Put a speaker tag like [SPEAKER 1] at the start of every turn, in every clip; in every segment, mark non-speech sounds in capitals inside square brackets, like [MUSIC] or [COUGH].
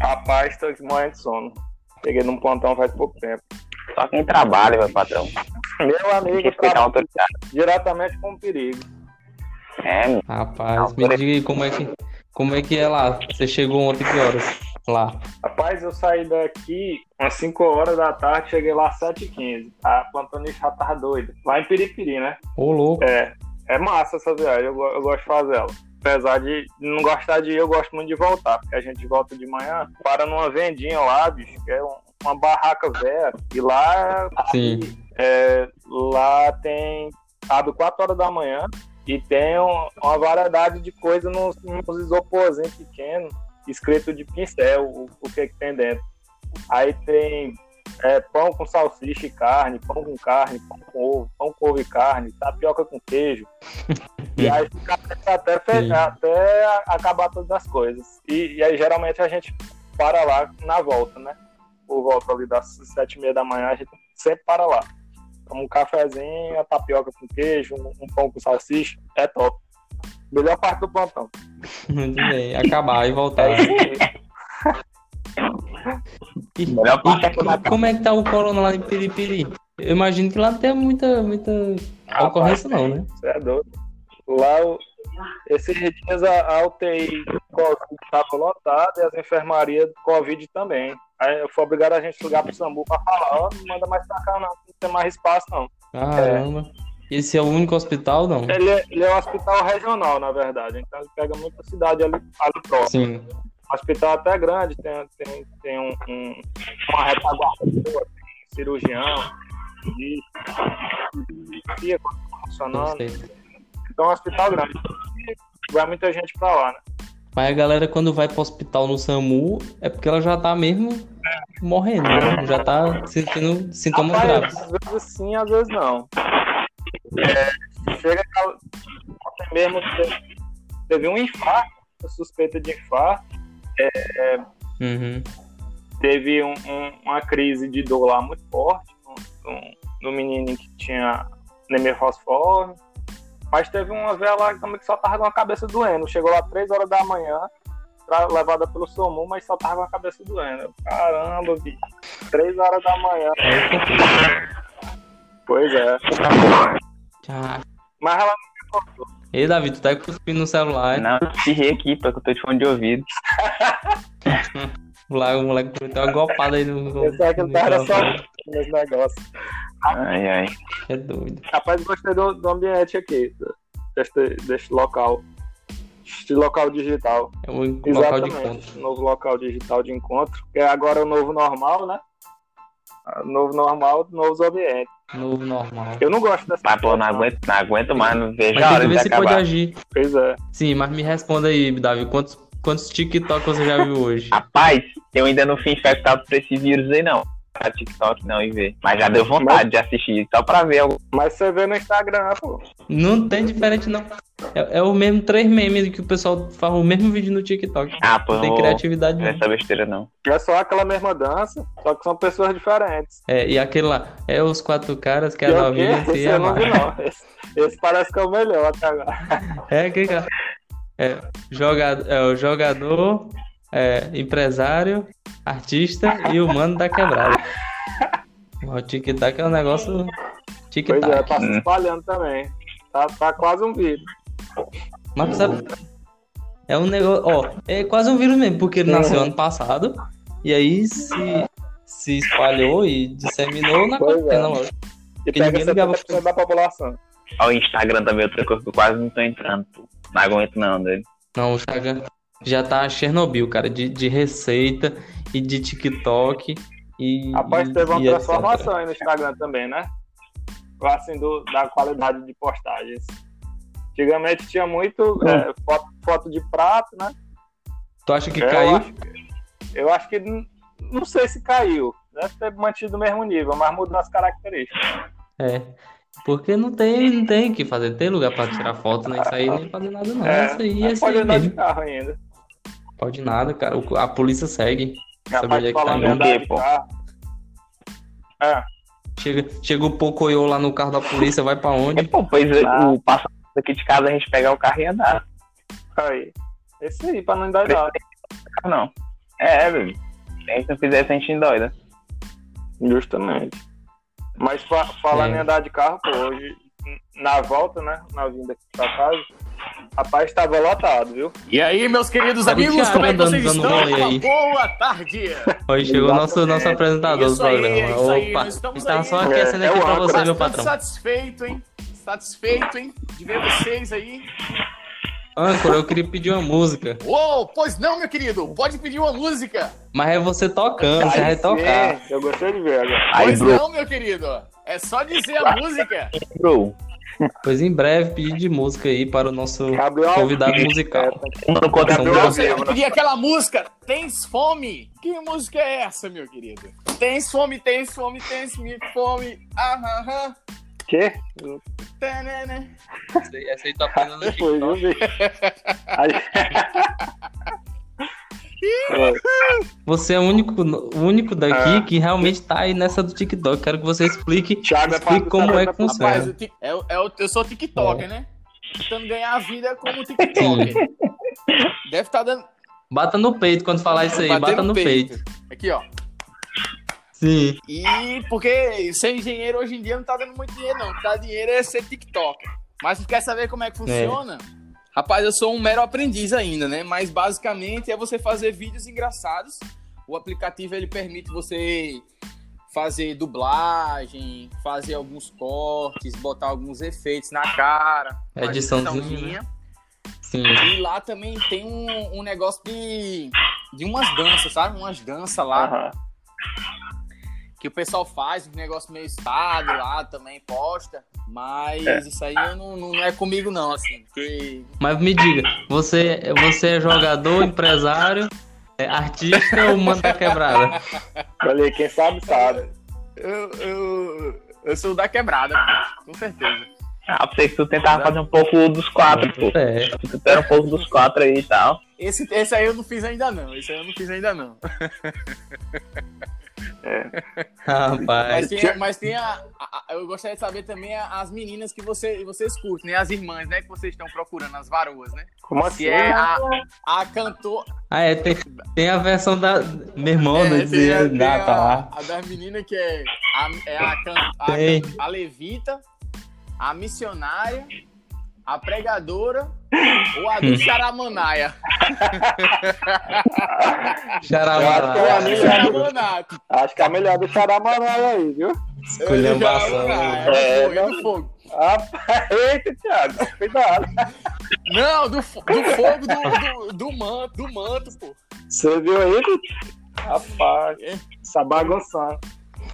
[SPEAKER 1] Rapaz, tô aqui morrendo de sono. Cheguei num plantão faz pouco tempo.
[SPEAKER 2] Só quem trabalha, meu patrão.
[SPEAKER 1] Meu
[SPEAKER 2] Tem que
[SPEAKER 1] amigo
[SPEAKER 2] respeitar a
[SPEAKER 1] tá
[SPEAKER 2] autoridade.
[SPEAKER 1] diretamente com perigo.
[SPEAKER 2] É, meu.
[SPEAKER 3] Rapaz, me diga aí como é que, como é que é lá? Você chegou ontem que horas? Lá.
[SPEAKER 1] Rapaz, eu saí daqui às 5 horas da tarde, cheguei lá às 7h15. A plantonista já tava doida. Lá em Piripiri, né?
[SPEAKER 3] Ô, louco.
[SPEAKER 1] É, é massa essa viagem, eu, go- eu gosto de fazer ela. Apesar de não gostar de ir, eu gosto muito de voltar, porque a gente volta de manhã, para numa vendinha lá, bicho, que é um- uma barraca velha. E lá,
[SPEAKER 3] Sim. [LAUGHS]
[SPEAKER 1] é, lá tem, abre 4 horas da manhã e tem um- uma variedade de coisa nos, nos isoporzinhos pequenos, escrito de pincel, o, o que, que tem dentro. Aí tem é, pão com salsicha e carne, pão com carne, pão com ovo, pão com ovo e carne, tapioca com queijo. e aí fica até, fe-
[SPEAKER 3] Sim.
[SPEAKER 1] até acabar todas as coisas. E, e aí geralmente a gente para lá na volta, né? Por volta ali das sete e meia da manhã, a gente sempre para lá. Toma um cafezinho, a tapioca com queijo, um, um pão com salsicha, é top. Melhor parte do plantão.
[SPEAKER 3] Muito bem. Acabar e voltar.
[SPEAKER 1] É isso aí.
[SPEAKER 3] E,
[SPEAKER 2] Melhor parte é quando
[SPEAKER 3] e como é que tá o corona lá em Piripiri? Eu imagino que lá não tem muita, muita ocorrência, não, né?
[SPEAKER 1] Você é doido. Lá, o- esses dias a, a UTI do Covid estava lotada e as enfermarias do Covid também. Aí eu fui obrigado a gente ligar pro SAMU pra falar, ó, não manda mais pra cá não, não tem mais espaço não.
[SPEAKER 3] Caramba. Esse é o único hospital, não?
[SPEAKER 1] Ele, é- ele é um hospital regional, na verdade, então ele pega muita cidade ali, ali próximo.
[SPEAKER 3] Sim.
[SPEAKER 1] O hospital é até grande, tem, tem, tem um, um, uma retaguarda boa, tem cirurgião, e, e, funcionando.
[SPEAKER 3] Gostei.
[SPEAKER 1] Então é um hospital grande. E Vai muita gente pra lá, né?
[SPEAKER 3] Mas a galera, quando vai pro hospital no SAMU, é porque ela já tá mesmo morrendo, né? Já tá sentindo sintomas
[SPEAKER 1] Rapaz,
[SPEAKER 3] graves.
[SPEAKER 1] às vezes sim, às vezes não. É, chega aquela- ontem mesmo teve- teve um infarto, suspeita de infarto,
[SPEAKER 3] Uhum.
[SPEAKER 1] teve um- um- uma crise de dor lá muito forte um- um- no menino que tinha anemia fosforme. Mas teve uma velha lá também que só tava com a cabeça doendo. Chegou lá três horas da manhã, tra- levada pelo SOMU, mas só tava com a cabeça doendo. Eu, Caramba, bicho. Três horas da manhã.
[SPEAKER 3] Aí complica.
[SPEAKER 1] Pois é.
[SPEAKER 3] Ah.
[SPEAKER 1] Mas ela
[SPEAKER 3] Ei, Davi, tu tá cuspindo no celular.
[SPEAKER 2] Não, te ri aqui, pô, que eu tô de fone de ouvido.
[SPEAKER 3] O moleque- o moleque deu uma golpada aí no. no-
[SPEAKER 1] Eu sei que é ele
[SPEAKER 3] no
[SPEAKER 1] tava
[SPEAKER 3] microfone.
[SPEAKER 1] nos negócios.
[SPEAKER 2] Ai, ai.
[SPEAKER 3] É doido.
[SPEAKER 1] Rapaz, gostei do, do ambiente aqui, deste, deste local. Este local digital.
[SPEAKER 3] É o único local de
[SPEAKER 1] Exatamente.
[SPEAKER 3] encontro.
[SPEAKER 1] Novo local digital de encontro. Que é agora o novo normal, né? Ah, Novo normal, novos ambientes.
[SPEAKER 3] Novo normal.
[SPEAKER 1] Eu não gosto dessa.
[SPEAKER 2] Mas, pô, não
[SPEAKER 1] coisa,
[SPEAKER 2] aguento, não aguento mais, não vejo
[SPEAKER 3] Mas
[SPEAKER 2] a
[SPEAKER 3] tem
[SPEAKER 2] hora
[SPEAKER 3] que
[SPEAKER 2] de
[SPEAKER 3] ver se pode
[SPEAKER 2] acabar.
[SPEAKER 3] agir.
[SPEAKER 1] Pois é.
[SPEAKER 3] Sim, mas me responda aí, Davi, quantos, quantos TikTok você já viu hoje?
[SPEAKER 2] Rapaz, eu ainda não fui infectado por esse vírus aí, não. Pra TikTok não e ver. Mas já deu vontade de assistir, só pra ver. algo.
[SPEAKER 1] Mas você vê no Instagram, pô.
[SPEAKER 3] Não tem diferente, não. É, é o mesmo três memes que o pessoal faz o mesmo vídeo no TikTok.
[SPEAKER 2] Ah, pô,
[SPEAKER 3] Não tem
[SPEAKER 2] não vou
[SPEAKER 3] criatividade,
[SPEAKER 2] ver
[SPEAKER 3] não.
[SPEAKER 2] essa besteira, não.
[SPEAKER 1] É só aquela mesma dança, só que são pessoas diferentes.
[SPEAKER 3] É, e aquele lá, é os quatro caras que
[SPEAKER 1] E
[SPEAKER 3] a
[SPEAKER 1] é o quê?
[SPEAKER 3] novinha
[SPEAKER 1] Esse
[SPEAKER 3] se
[SPEAKER 1] eu não
[SPEAKER 3] amar.
[SPEAKER 1] vi, não. Esse, esse parece que é o melhor até agora.
[SPEAKER 3] É, aquele cara. É, joga- é o jogador, é, empresário, artista e o mano da quebrada. O tic-tac é um negócio.
[SPEAKER 1] Pois é,
[SPEAKER 3] Tic-tac.
[SPEAKER 1] tá se espalhando também. Tá, tá quase um vídeo.
[SPEAKER 3] Mas tu sabe. É um negócio. Ó, é quase um vírus mesmo, porque ele nasceu
[SPEAKER 1] Uhum.
[SPEAKER 3] ano passado. E aí se, se espalhou e disseminou na
[SPEAKER 1] Pois é.
[SPEAKER 3] quarentena, lógico.
[SPEAKER 1] E
[SPEAKER 3] Porque
[SPEAKER 1] pega
[SPEAKER 3] ninguém ligava pra
[SPEAKER 1] 70% da população.
[SPEAKER 2] Ó, o Instagram também, outra coisa que eu quase não tô entrando, pô. Não aguento, não, né? dele.
[SPEAKER 3] Não, o Instagram já tá Chernobyl, cara, de, de receita e de TikTok. E,
[SPEAKER 1] Rapaz,
[SPEAKER 3] e-
[SPEAKER 1] teve uma
[SPEAKER 3] e etc.
[SPEAKER 1] transformação aí no Instagram também, né? Assim, do, da qualidade de postagens. Antigamente tinha muito
[SPEAKER 3] Hum.
[SPEAKER 1] é, foto, foto de prato, né?
[SPEAKER 3] Tu acha que
[SPEAKER 1] eu
[SPEAKER 3] caiu?
[SPEAKER 1] Acho, eu acho que. n- Não sei se caiu. Deve ter mantido o mesmo nível, mas mudou as características.
[SPEAKER 3] É. Porque não tem, não tem o que fazer, não tem lugar pra tirar foto, nem sair, nem fazer nada, não.
[SPEAKER 1] É,
[SPEAKER 3] isso aí,
[SPEAKER 1] mas
[SPEAKER 3] isso
[SPEAKER 1] pode
[SPEAKER 3] aí
[SPEAKER 1] andar de
[SPEAKER 3] mesmo.
[SPEAKER 1] carro ainda.
[SPEAKER 3] Pode nada, cara. O- A polícia segue. Sabe
[SPEAKER 1] Rapaz,
[SPEAKER 3] onde é que tá
[SPEAKER 1] falando em
[SPEAKER 2] não?
[SPEAKER 1] andar de
[SPEAKER 2] Pô.
[SPEAKER 1] carro. É,
[SPEAKER 3] Chega, chega o Pocoyo lá no carro da polícia, vai pra
[SPEAKER 2] É,
[SPEAKER 3] onde?
[SPEAKER 2] pô, pois eu-
[SPEAKER 1] Ah.
[SPEAKER 2] o passado daqui de casa é a gente pegar o carro e andar.
[SPEAKER 1] aí. Esse aí, pra não endoidar.
[SPEAKER 2] Não. É, velho. Se não fizesse, a gente endoida.
[SPEAKER 1] Justamente. Mas fa falando
[SPEAKER 3] É.
[SPEAKER 1] em andar de carro, pô, hoje, na volta, né? Na vinda aqui pra casa, rapaz, tava lotado, viu?
[SPEAKER 4] E aí, meus queridos
[SPEAKER 3] Tá
[SPEAKER 4] amigos,
[SPEAKER 3] Thiago
[SPEAKER 4] como é que
[SPEAKER 3] andando,
[SPEAKER 4] vocês
[SPEAKER 3] dando
[SPEAKER 4] estão?
[SPEAKER 3] rolê aí.
[SPEAKER 4] Uma boa tarde!
[SPEAKER 3] Hoje chegou o nosso,
[SPEAKER 1] Exatamente.
[SPEAKER 3] nosso apresentador
[SPEAKER 4] Isso
[SPEAKER 3] do
[SPEAKER 4] aí,
[SPEAKER 3] programa.
[SPEAKER 4] é isso aí,
[SPEAKER 3] Opa,
[SPEAKER 4] nós estamos
[SPEAKER 3] a gente tava
[SPEAKER 4] aí.
[SPEAKER 3] só aquecendo
[SPEAKER 1] É, é
[SPEAKER 3] aqui
[SPEAKER 1] o
[SPEAKER 3] pra
[SPEAKER 1] âncora.
[SPEAKER 3] você, meu
[SPEAKER 4] Bastante
[SPEAKER 3] patrão.
[SPEAKER 4] tá satisfeito, hein? Satisfeito, hein? De ver vocês aí.
[SPEAKER 3] Âncora, eu queria pedir uma música,
[SPEAKER 4] Uou, pois não, meu querido, pode pedir uma música.
[SPEAKER 3] mas é você tocando, você
[SPEAKER 1] Aí
[SPEAKER 3] vai
[SPEAKER 1] sim,
[SPEAKER 3] tocar.
[SPEAKER 1] Eu gostei de ver agora.
[SPEAKER 2] Aí,
[SPEAKER 4] pois
[SPEAKER 2] bro,
[SPEAKER 4] não, meu querido, é só dizer a música.
[SPEAKER 2] bro.
[SPEAKER 3] Pois em breve, pedir de música aí para o nosso
[SPEAKER 1] Gabriel
[SPEAKER 3] convidado
[SPEAKER 1] Alves.
[SPEAKER 3] musical.
[SPEAKER 2] Não conta
[SPEAKER 3] Gabriel
[SPEAKER 2] pra-
[SPEAKER 4] Você
[SPEAKER 1] Gabriel, né?
[SPEAKER 4] pedir aquela música, Tens Fome? Que música é essa, meu querido? Tens fome, tens fome, tens me fome, aham, aham,
[SPEAKER 1] Quê?
[SPEAKER 4] tanana.
[SPEAKER 3] Essa aí tá aprendendo
[SPEAKER 1] [LAUGHS] Foi,
[SPEAKER 3] no
[SPEAKER 1] viu,
[SPEAKER 3] TikTok.
[SPEAKER 1] bicho? Aí... [LAUGHS] É,
[SPEAKER 3] Você é o único, o único daqui
[SPEAKER 1] É.
[SPEAKER 3] que realmente tá aí nessa do TikTok. Quero que você explique,
[SPEAKER 1] Thiago é
[SPEAKER 3] explique
[SPEAKER 1] patrocinador
[SPEAKER 3] como é
[SPEAKER 1] da
[SPEAKER 3] que
[SPEAKER 4] Rapaz,
[SPEAKER 3] funciona.
[SPEAKER 4] o tic- é, o- é o- eu sou TikToker, né? Tentando ganhar a vida
[SPEAKER 3] [LAUGHS]
[SPEAKER 4] como TikToker. Deve estar dando.
[SPEAKER 3] Bata no peito quando falar isso aí,
[SPEAKER 4] bater
[SPEAKER 3] bata no peito.
[SPEAKER 4] Aqui, ó.
[SPEAKER 3] Sim.
[SPEAKER 4] E porque ser engenheiro hoje em dia não tá dando muito dinheiro, não. O que dá dinheiro é ser TikToker. Mas tu quer saber como é que funciona? Rapaz, eu sou um mero aprendiz ainda, né? Mas basicamente é você fazer vídeos engraçados. O aplicativo ele permite você fazer dublagem, fazer alguns cortes, botar alguns efeitos na cara. fazer
[SPEAKER 3] Ediçãozinha,
[SPEAKER 4] ediçãozinha.
[SPEAKER 3] Sim.
[SPEAKER 4] E lá também tem um, um negócio de, de umas danças, sabe? Umas danças lá
[SPEAKER 1] aham.
[SPEAKER 4] que o pessoal faz, um negócio meio estado lá também, posta. Mas isso aí eu não, não é comigo, não, assim. Porque
[SPEAKER 3] Mas me diga, você, você é jogador, empresário, é artista ou mano da quebrada?
[SPEAKER 1] Falei, quem sabe, sabe.
[SPEAKER 4] eu, eu, eu sou da quebrada, pô, com certeza.
[SPEAKER 2] Ah, pensei que tu tentava fazer um pouco dos quatro, pô.
[SPEAKER 3] É.
[SPEAKER 2] [LAUGHS] Tu era um pouco dos quatro aí e tal.
[SPEAKER 4] Esse, esse aí eu não fiz ainda, não. Esse aí eu não fiz ainda, não. Mas
[SPEAKER 3] Rapaz.
[SPEAKER 4] tem, mas tem a, a- a- Eu gostaria de saber também a- as meninas que você, vocês curtem, né? As irmãs, né? Que vocês estão procurando, as varoas, né?
[SPEAKER 1] Como assim?
[SPEAKER 4] Que é a, a cantora.
[SPEAKER 3] Ah, é, tem, tem a versão da. Meu irmão,
[SPEAKER 4] É,
[SPEAKER 3] né?
[SPEAKER 4] tem a-
[SPEAKER 3] de-
[SPEAKER 4] tem
[SPEAKER 3] Ah, tá
[SPEAKER 4] a-
[SPEAKER 3] lá.
[SPEAKER 4] a das meninas que é a, é a, can- a,
[SPEAKER 3] Tem.
[SPEAKER 4] can- a levita, a missionária, a pregadora ou a do Charamanaia.
[SPEAKER 1] Eu acho que é a
[SPEAKER 3] Xaramaraca.
[SPEAKER 1] minha.
[SPEAKER 4] Charamanato.
[SPEAKER 1] Acho que é a melhor do Xaramaralho aí, viu?
[SPEAKER 3] Esculhambação.
[SPEAKER 1] É,
[SPEAKER 4] É, do fogo.
[SPEAKER 1] Rapaz, [LAUGHS] eita, Thiago, cuidado.
[SPEAKER 4] Não, do, fo- do fogo do, do, do manto, do manto, pô.
[SPEAKER 1] Você viu aí? Rapaz, essa bagunçando.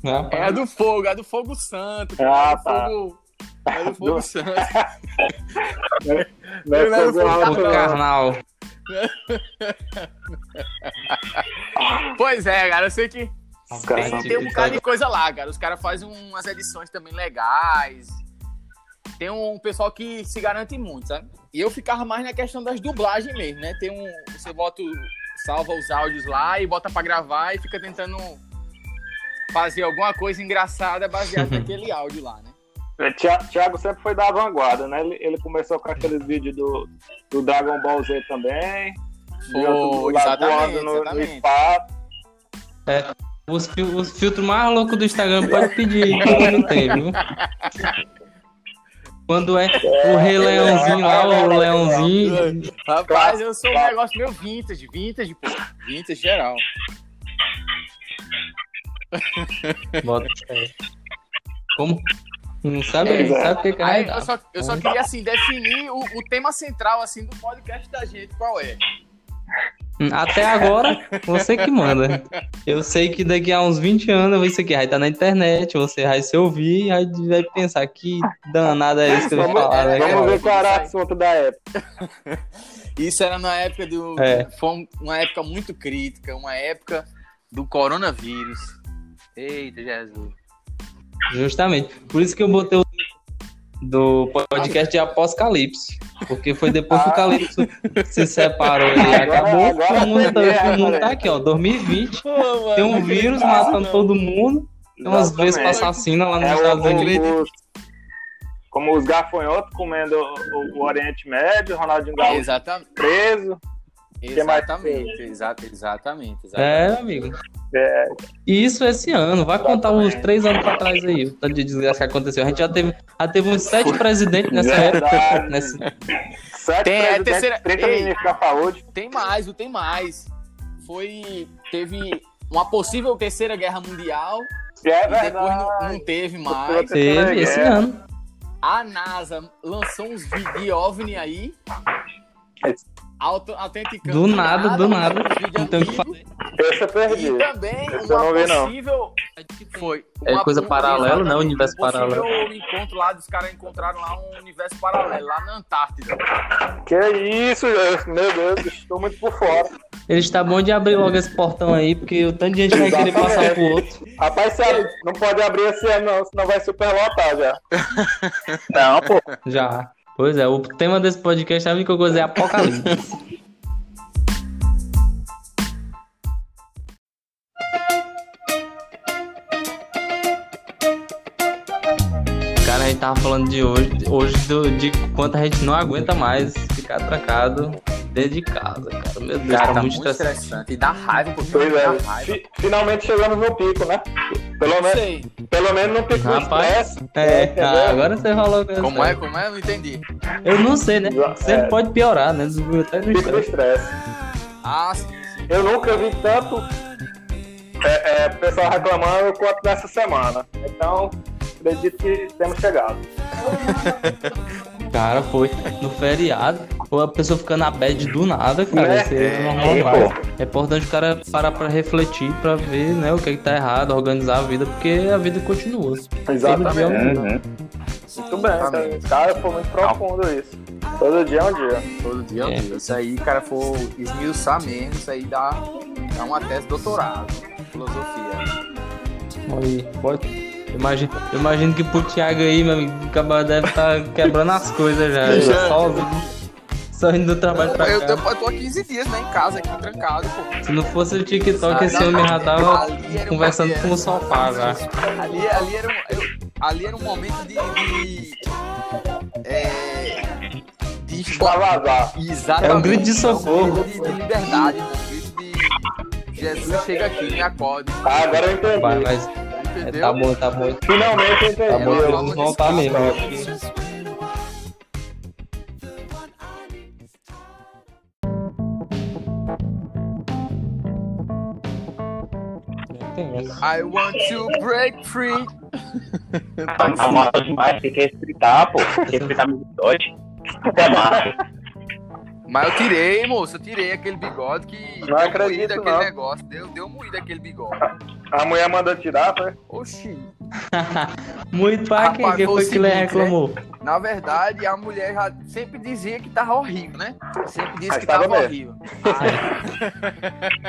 [SPEAKER 4] É
[SPEAKER 3] Rapaz.
[SPEAKER 4] a do fogo, é a do fogo santo. pô,
[SPEAKER 1] Ah,
[SPEAKER 4] é do
[SPEAKER 1] tá.
[SPEAKER 4] fogo. É do fogo
[SPEAKER 1] Do-
[SPEAKER 4] santo.
[SPEAKER 1] Não é
[SPEAKER 4] Eu não
[SPEAKER 1] fazer
[SPEAKER 4] vou
[SPEAKER 1] algo,
[SPEAKER 3] Do
[SPEAKER 1] não.
[SPEAKER 3] carnal.
[SPEAKER 4] Pois é, cara, eu sei que
[SPEAKER 1] Os caras
[SPEAKER 4] Tem,
[SPEAKER 1] são-
[SPEAKER 4] tem um bocado de coisa lá, cara. Os caras fazem umas edições também legais. Tem um pessoal que se garante muito, sabe? E eu ficava mais na questão das dublagens mesmo, né? Tem um. Você bota. o- Salva os áudios lá e bota pra gravar e fica tentando fazer alguma coisa engraçada
[SPEAKER 3] [LAUGHS]
[SPEAKER 4] baseada naquele áudio lá, né?
[SPEAKER 1] Thi- É, Thiago sempre foi da vanguarda, né? Ele, ele começou com aqueles vídeos do, do Dragon Ball Z também. de outro lá voando no, no espaço.
[SPEAKER 3] Os, fil- os filtros mais loucos do Instagram pode pedir, que eu não tenho, viu? Quando é o Rei Leãozinho lá, o Leãozinho.
[SPEAKER 4] Rapaz,
[SPEAKER 1] Clássico,
[SPEAKER 4] eu sou um
[SPEAKER 1] clássico.
[SPEAKER 4] negócio meu vintage, vintage, pô. Vintage geral.
[SPEAKER 3] Bota fé. Como? Não sabe, não sabe o que é
[SPEAKER 4] Aí, eu,
[SPEAKER 3] carregar.
[SPEAKER 4] só, eu só queria, assim, definir o, o tema central, assim, do podcast da gente, qual é?
[SPEAKER 3] Até agora, você que manda. Eu sei que daqui a uns 20 anos isso aqui vai estar na internet, você vai se ouvir e aí vai pensar que danada é isso que eu vou
[SPEAKER 1] Vamos,
[SPEAKER 3] falar, né?
[SPEAKER 1] vamos
[SPEAKER 3] cara?
[SPEAKER 1] ver qual era o assunto da época.
[SPEAKER 4] Isso era na época do.
[SPEAKER 3] É.
[SPEAKER 4] Foi um- uma época muito crítica, uma época do coronavírus. Eita, Jesus.
[SPEAKER 3] Justamente. Por isso que eu botei o do podcast de Apocalipse. Porque foi depois que o
[SPEAKER 1] Ah.
[SPEAKER 3] Calypso se separou e
[SPEAKER 1] Agora-
[SPEAKER 3] acabou.
[SPEAKER 1] agora
[SPEAKER 3] o mundo, tá,
[SPEAKER 1] foi guerra,
[SPEAKER 3] o mundo tá
[SPEAKER 1] galera.
[SPEAKER 3] aqui, ó. 2020.
[SPEAKER 4] Pô,
[SPEAKER 3] Tem um vírus matando todo mundo. Tem umas vezes
[SPEAKER 1] Exatamente.
[SPEAKER 3] assassina lá nos
[SPEAKER 1] É,
[SPEAKER 3] Estados
[SPEAKER 1] o-
[SPEAKER 3] Unidos.
[SPEAKER 1] os- como os gafanhotos comendo o, o Oriente Médio, Ronaldinho Gaúcho
[SPEAKER 4] Exatamente.
[SPEAKER 1] preso.
[SPEAKER 4] É, Exatamente, exato, exatamente,
[SPEAKER 3] É,
[SPEAKER 4] exatamente.
[SPEAKER 3] meu amigo.
[SPEAKER 1] É,
[SPEAKER 3] E isso esse ano. Vai contar uns três anos pra trás aí, o tanto de desgraça que aconteceu. A gente já teve, já teve uns sete presidentes nessa época.
[SPEAKER 1] verdade.
[SPEAKER 3] Nessa...
[SPEAKER 1] Sete
[SPEAKER 4] Tem, é,
[SPEAKER 1] presidentes,
[SPEAKER 4] terceira-
[SPEAKER 1] 30
[SPEAKER 4] Ei.
[SPEAKER 1] ministros da
[SPEAKER 3] É.
[SPEAKER 1] saúde.
[SPEAKER 4] Tem mais, o tem mais. Foi. Teve uma possível terceira guerra mundial.
[SPEAKER 1] É
[SPEAKER 4] e depois
[SPEAKER 1] verdade.
[SPEAKER 4] não, não teve mais.
[SPEAKER 3] Teve esse
[SPEAKER 1] É.
[SPEAKER 3] ano.
[SPEAKER 4] A NASA lançou uns vídeos de OVNI aí.
[SPEAKER 1] É.
[SPEAKER 4] Auto, autenticando.
[SPEAKER 3] Do nada, do nada.
[SPEAKER 4] uns vídeos
[SPEAKER 3] Não tem o que
[SPEAKER 4] antigos.
[SPEAKER 1] Terça eu perdi.
[SPEAKER 4] E também
[SPEAKER 1] Esse eu não vi,
[SPEAKER 4] uma
[SPEAKER 1] não.
[SPEAKER 4] possível. Foi.
[SPEAKER 5] É
[SPEAKER 4] uma-
[SPEAKER 5] coisa
[SPEAKER 4] um-
[SPEAKER 5] paralela, né?
[SPEAKER 4] exatamente,
[SPEAKER 5] Universo
[SPEAKER 4] um possível
[SPEAKER 5] paralelo.
[SPEAKER 4] encontro lá dos caras encontraram lá um universo paralelo, lá na Antártida.
[SPEAKER 1] Que isso, gente? meu Deus, estou muito por fora.
[SPEAKER 3] Ele está bom de abrir logo esse portão aí, porque o tanto de gente vai querer passar um pro outro.
[SPEAKER 1] Rapaz, sério, não pode abrir esse ano, não, senão vai superlotar
[SPEAKER 3] [LAUGHS]
[SPEAKER 1] já.
[SPEAKER 2] Não, pô.
[SPEAKER 3] [LAUGHS] Já. Pois é, o tema desse podcast, a única coisa é apocalipse. [LAUGHS] Cara, a gente tava falando de hoje, hoje do, de quanto a gente não aguenta mais ficar trancado dentro de casa, cara. Meu Deus, tá, muito estressante.
[SPEAKER 4] E dá raiva, porque
[SPEAKER 1] Pois
[SPEAKER 4] dá
[SPEAKER 1] é,
[SPEAKER 4] raiva.
[SPEAKER 1] fi- finalmente chegamos no pico, né? Pelo,
[SPEAKER 4] Não
[SPEAKER 1] menos
[SPEAKER 4] sei.
[SPEAKER 1] pelo menos no pico do
[SPEAKER 3] Rapaz,
[SPEAKER 1] estresse.
[SPEAKER 3] É,
[SPEAKER 1] entendeu?
[SPEAKER 3] cara, agora você falou mesmo. né?
[SPEAKER 4] Como é, como é? Não entendi.
[SPEAKER 3] Eu não sei, né?
[SPEAKER 1] Já-
[SPEAKER 3] Sempre
[SPEAKER 1] é.
[SPEAKER 3] pode piorar, né? Até no
[SPEAKER 1] Pico do
[SPEAKER 3] estresse.
[SPEAKER 1] estresse.
[SPEAKER 4] Ah, sim.
[SPEAKER 1] Eu nunca vi tanto é, é, pessoal reclamando quanto nessa semana. Então, acredito que temos chegado.
[SPEAKER 3] Cara, foi no feriado, ou a pessoa ficando na bad do nada, cara.
[SPEAKER 1] Né?
[SPEAKER 3] Isso aí é normal. demais. É importante o cara parar pra refletir, pra ver, né, o que, que tá errado, organizar a vida, porque a vida continua. Todo dia é um dia.
[SPEAKER 2] Uhum.
[SPEAKER 1] Muito bem, então, cara, foi muito profundo isso. Todo dia é um dia.
[SPEAKER 4] Todo dia,
[SPEAKER 3] É.
[SPEAKER 4] meu Deus. Isso aí, cara, for esmiuçar mesmo, isso aí dá, dá uma tese de doutorado. Filosofia.
[SPEAKER 3] Aí, pode. Eu imagino, eu imagino que pro Thiago aí, meu amigo, o cara deve estar quebrando as coisas já.
[SPEAKER 4] Já.
[SPEAKER 3] [LAUGHS] já só, ouvindo- só indo do trabalho pra
[SPEAKER 4] Eu,
[SPEAKER 3] cá.
[SPEAKER 4] eu, eu tô há 15 dias, né, em casa, aqui trancado, pô.
[SPEAKER 3] Se não fosse o TikTok, esse homem já tava
[SPEAKER 4] Ah, Ali era um-
[SPEAKER 3] conversando com o sofá já.
[SPEAKER 4] Ali, ali, era, um, eu- ali era um momento de. de é. De
[SPEAKER 1] Pra vazar.
[SPEAKER 4] Exatamente.
[SPEAKER 3] É um grito de socorro.
[SPEAKER 4] É um grito de, de liberdade, né? um grito de. Jesus chega aqui, me acorde.
[SPEAKER 1] Ah, agora eu entendi.
[SPEAKER 3] Vai, mas é,
[SPEAKER 4] Entendeu?
[SPEAKER 3] tá bom, tá bom.
[SPEAKER 1] Finalmente eu entendi.
[SPEAKER 3] Tá bom,
[SPEAKER 4] É,
[SPEAKER 3] eles vão voltar mesmo. né? Porque- Tem essa.
[SPEAKER 4] I want to break free.
[SPEAKER 2] A moto é demais tem que respeitar, pô. Tem que respeitar meu bigode. Até mais.
[SPEAKER 4] Mas eu tirei, moço, eu tirei aquele bigode que
[SPEAKER 1] Não
[SPEAKER 4] deu
[SPEAKER 1] acredito,
[SPEAKER 4] moída aquele
[SPEAKER 1] não.
[SPEAKER 4] negócio, deu, deu moída aquele bigode.
[SPEAKER 1] A mulher mandou tirar, foi?
[SPEAKER 4] Oxi,
[SPEAKER 3] Muito pra quem?
[SPEAKER 4] Rapaz,
[SPEAKER 3] Quem
[SPEAKER 4] foi
[SPEAKER 3] foi
[SPEAKER 4] o
[SPEAKER 3] que ele
[SPEAKER 4] seguinte,
[SPEAKER 3] reclamou?
[SPEAKER 4] na verdade a mulher já sempre dizia que tava horrível, né? Sempre disse
[SPEAKER 1] Mas
[SPEAKER 4] que
[SPEAKER 1] tava
[SPEAKER 4] tava,
[SPEAKER 1] mesmo.
[SPEAKER 4] horrível.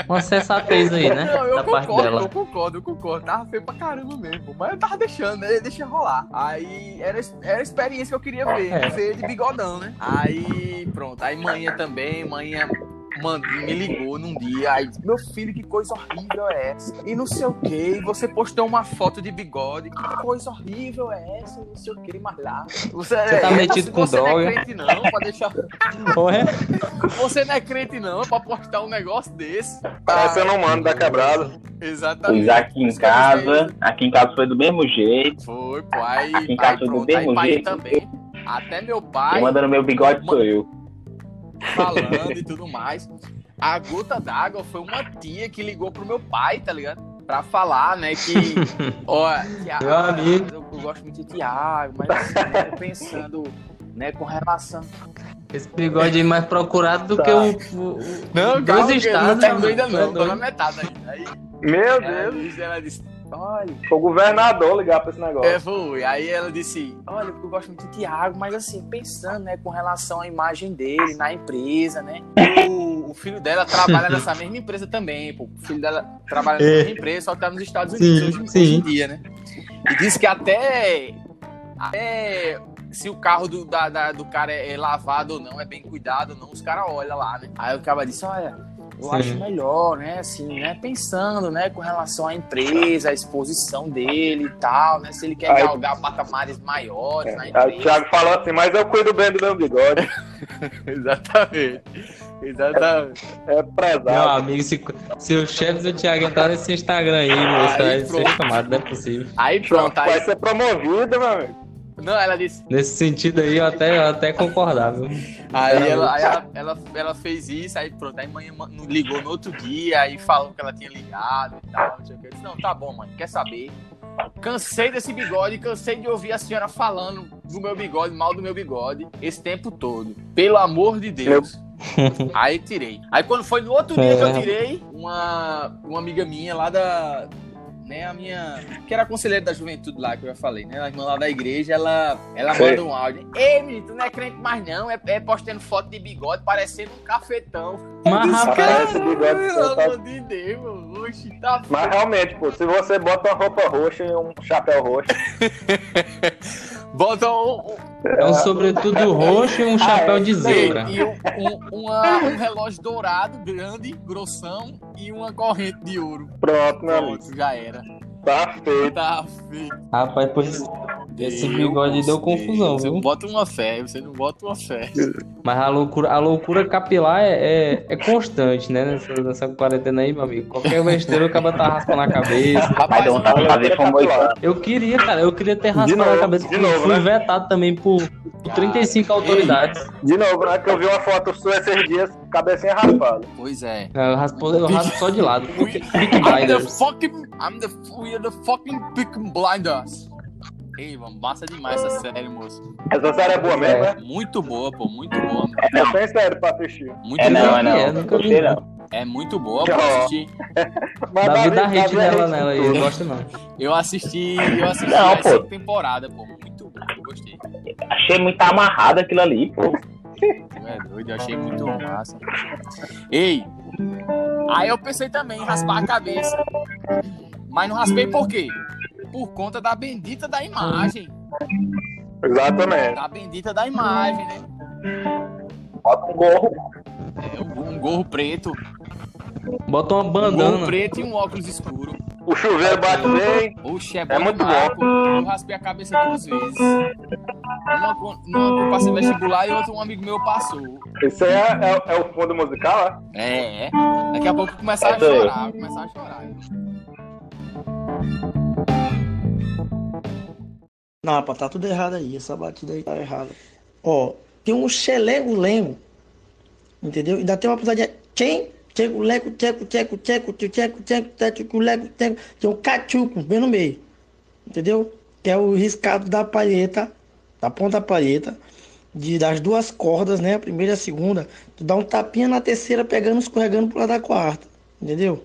[SPEAKER 3] Uma sensatez aí, né?
[SPEAKER 4] Não, eu
[SPEAKER 3] Da parte
[SPEAKER 4] concordo,
[SPEAKER 3] dela.
[SPEAKER 4] eu concordo, eu concordo. Tava feio pra caramba mesmo, mas eu tava deixando, né? Deixa rolar. Aí era, era a experiência que eu queria ver,
[SPEAKER 3] É.
[SPEAKER 4] ver de bigodão, né? Aí pronto, aí manhã também, manhã. Mano, me ligou num dia, aí disse, meu filho, que coisa horrível é essa? E não sei o que, você postou uma foto de bigode, que coisa horrível é essa? Não sei o que, mas lá. Você,
[SPEAKER 3] Você tá
[SPEAKER 4] eu não-
[SPEAKER 3] metido com
[SPEAKER 4] você Não
[SPEAKER 3] droga.
[SPEAKER 4] é crente, não, pra deixar.
[SPEAKER 3] Porra,
[SPEAKER 4] Você não é crente, não, pra postar um negócio desse. Ah,
[SPEAKER 1] Parece eu não mando da quebrada.
[SPEAKER 4] Exatamente.
[SPEAKER 2] Pois aqui em casa, aqui em casa foi do mesmo jeito.
[SPEAKER 4] Foi, pô. Aí,
[SPEAKER 2] Aqui em
[SPEAKER 4] aí
[SPEAKER 2] casa do
[SPEAKER 4] pronto,
[SPEAKER 2] mesmo
[SPEAKER 4] aí pai
[SPEAKER 2] jeito.
[SPEAKER 4] também. Até meu
[SPEAKER 2] Quem
[SPEAKER 4] pai
[SPEAKER 2] manda no meu bigode sou eu.
[SPEAKER 4] falando e tudo mais. A gota d'água foi uma tia que ligou pro meu pai, tá ligado? Pra falar, né, que. Ó, Tiago,
[SPEAKER 3] Meu amigo.
[SPEAKER 4] Eu, eu gosto muito de Tiago, mas assim, eu tô pensando, né, com relação.
[SPEAKER 3] esse bigode aí mais procurado do que o. o- o- dois
[SPEAKER 4] não
[SPEAKER 3] estados. né?
[SPEAKER 4] terminei ainda
[SPEAKER 3] mano.
[SPEAKER 4] não, tô na metade ainda. Aí
[SPEAKER 3] É.
[SPEAKER 1] Meu
[SPEAKER 4] ela
[SPEAKER 1] Deus.
[SPEAKER 4] disse, ela disse, olha.
[SPEAKER 1] Foi o governador ligar pra esse negócio.
[SPEAKER 4] É, foi. Aí ela disse: Olha, porque eu gosto muito de Thiago, mas assim, pensando, né, com relação à imagem dele na empresa, né? O, o filho dela trabalha
[SPEAKER 3] [LAUGHS]
[SPEAKER 4] nessa mesma empresa também, pô. O filho dela trabalha nessa
[SPEAKER 3] É.
[SPEAKER 4] mesma empresa, só que tá nos Estados
[SPEAKER 3] Sim,
[SPEAKER 4] Unidos hoje,
[SPEAKER 3] sim.
[SPEAKER 4] hoje em dia, né? E disse que até. até se o carro do, da- da- do cara é, é lavado ou não, é bem cuidado ou não, os caras olham lá, né? Aí o cara disse: Olha, eu acho melhor, né? Assim, né? Pensando, né? Com relação à empresa, à exposição dele e tal, né? Se ele quer
[SPEAKER 1] Aí- É,
[SPEAKER 4] galgar patamares maiores na
[SPEAKER 1] Aí o [LAUGHS]
[SPEAKER 4] empresa.
[SPEAKER 1] Thiago falou assim, mas eu cuido bem do meu bigode.
[SPEAKER 4] Exatamente. Exatamente.
[SPEAKER 1] É
[SPEAKER 3] Meu
[SPEAKER 1] prezado.
[SPEAKER 3] amigo, se, se o chefe do Thiago entrar nesse Instagram aí, meu, isso
[SPEAKER 4] Aí
[SPEAKER 3] vai ser
[SPEAKER 4] pronto.
[SPEAKER 3] chamado, não é possível.
[SPEAKER 4] Aí pronto,
[SPEAKER 1] Vai
[SPEAKER 4] aí...
[SPEAKER 1] ser promovido, meu amigo.
[SPEAKER 4] Não, ela disse.
[SPEAKER 3] Nesse sentido aí, eu até, eu até concordava.
[SPEAKER 4] Aí, ela, aí ela, ela, ela fez isso, aí pronto. Aí mãe ma- no- ligou no outro dia, aí falou que ela tinha ligado e tal. Não, sei o quê. Eu disse, não tá bom, mãe, quer saber? Cansei desse bigode, cansei de ouvir a senhora falando do meu bigode, mal do meu bigode, esse tempo todo. Pelo amor de Deus. Aí tirei. Aí quando foi no outro dia que eu
[SPEAKER 3] É.
[SPEAKER 4] tirei, uma, uma amiga minha lá da. Né, a minha. Que era conselheira da juventude lá, que eu já falei, né? A irmã lá da igreja, ela, ela
[SPEAKER 1] Sei.
[SPEAKER 4] manda um áudio. Ei, menino, tu não é crente mais não, é, é postando foto de bigode parecendo um cafetão.
[SPEAKER 3] Mas, rapaz,
[SPEAKER 1] Parece bigode
[SPEAKER 4] Pelo
[SPEAKER 1] sentado.
[SPEAKER 4] amor de Deus, mano. Oxi, tá
[SPEAKER 1] Mas realmente, pô, se você bota uma roupa roxa e um chapéu roxo,
[SPEAKER 4] Bota um, um-
[SPEAKER 3] é um sobretudo roxo e um chapéu de zebra.
[SPEAKER 4] E um, um- uma- um relógio dourado, grande, grossão, e uma corrente de ouro.
[SPEAKER 1] pronto, meu amigo.
[SPEAKER 4] Pronto, já era.
[SPEAKER 1] Tá feito.
[SPEAKER 4] Tá feito.
[SPEAKER 3] Rapaz, pois esse bigode deu confusão,
[SPEAKER 4] Você
[SPEAKER 3] viu?
[SPEAKER 4] não bota uma fé, você não bota uma fé.
[SPEAKER 3] Mas a loucura, a loucura capilar é, é, é constante, né? Nessa, nessa quarentena aí, meu amigo. Qualquer besteira o cara tá raspando a cabeça.
[SPEAKER 2] Vai
[SPEAKER 4] Rapaz,
[SPEAKER 2] dar vontade de fazer famoso.
[SPEAKER 3] Eu queria, cara, eu queria ter
[SPEAKER 1] De
[SPEAKER 3] raspado
[SPEAKER 1] novo,
[SPEAKER 3] a cabeça.
[SPEAKER 1] de
[SPEAKER 3] fui-
[SPEAKER 1] novo,
[SPEAKER 3] fui
[SPEAKER 1] né?
[SPEAKER 3] vetado também por, por 35 autoridades.
[SPEAKER 1] De novo, né? Que eu vi uma foto sua esses dias, cabecinha raspada.
[SPEAKER 4] pois é.
[SPEAKER 3] Não, Eu raspo, eu raspo só de lado. Porque Peaky
[SPEAKER 4] I'm the
[SPEAKER 3] Blinders.
[SPEAKER 4] fucking. I'm the. We are the fucking pick blinders. Ei, mano, massa demais essa série, moço.
[SPEAKER 1] Essa série é boa mesmo, né?
[SPEAKER 4] Muito boa, pô, muito boa. mano.
[SPEAKER 1] É bem sério pra assistir.
[SPEAKER 4] Muito
[SPEAKER 2] É não,
[SPEAKER 4] boa.
[SPEAKER 2] é
[SPEAKER 3] É,
[SPEAKER 2] não.
[SPEAKER 3] nunca vi,
[SPEAKER 2] Gostei
[SPEAKER 3] não.
[SPEAKER 2] não.
[SPEAKER 4] É muito boa, pô.
[SPEAKER 1] Ó.
[SPEAKER 4] Assisti.
[SPEAKER 1] Mas
[SPEAKER 3] Davi dá
[SPEAKER 1] Davi- Davi
[SPEAKER 3] hit
[SPEAKER 1] é
[SPEAKER 3] nela
[SPEAKER 1] hit
[SPEAKER 3] nela aí,
[SPEAKER 1] em tudo.
[SPEAKER 3] não gosto não.
[SPEAKER 4] Eu assisti. Eu assisti
[SPEAKER 2] Não,
[SPEAKER 4] a
[SPEAKER 2] pô.
[SPEAKER 4] segunda temporada, pô. Muito boa, eu gostei.
[SPEAKER 2] Achei muito amarrado aquilo ali, pô.
[SPEAKER 4] Tu é doido, eu achei muito massa. Ei! Aí eu pensei também em raspar a cabeça. Mas não raspei por quê? Por conta da bendita da imagem.
[SPEAKER 1] Exatamente.
[SPEAKER 4] Da bendita da imagem, né?
[SPEAKER 2] Bota um gorro.
[SPEAKER 4] É, um, um gorro preto.
[SPEAKER 3] Bota uma
[SPEAKER 4] Um gorro
[SPEAKER 3] bandana.
[SPEAKER 4] preto e um óculos escuro.
[SPEAKER 1] O chuveiro bate bem.
[SPEAKER 4] Oxe, é bom
[SPEAKER 1] É muito
[SPEAKER 4] demais,
[SPEAKER 1] bom.
[SPEAKER 4] pô. Eu raspei a cabeça duas vezes. Uma, co- uma que eu passei vestibular e outra um amigo meu passou.
[SPEAKER 1] Isso aí é, é- é o fundo musical, né?
[SPEAKER 4] É, é. Daqui a pouco eu começar a
[SPEAKER 2] É doido.
[SPEAKER 4] chorar, começar a chorar.
[SPEAKER 5] Não, rapaz, tá tudo errado aí. Essa batida aí tá errada. Ó, tem um xelego-lego, entendeu? Ainda tem uma pisadinha. Tchim, tcheco, leco, tcheco, tcheco, tcheco, tcheco, tcheco, tcheco, tcheco, leco, tcheco. Tem um cachuco bem no meio, entendeu? Que é o riscado da palheta, da ponta da palheta, de, das duas cordas, né? A primeira e a segunda. Tu dá um tapinha na terceira, pegando, escorregando pro lado da quarta, entendeu?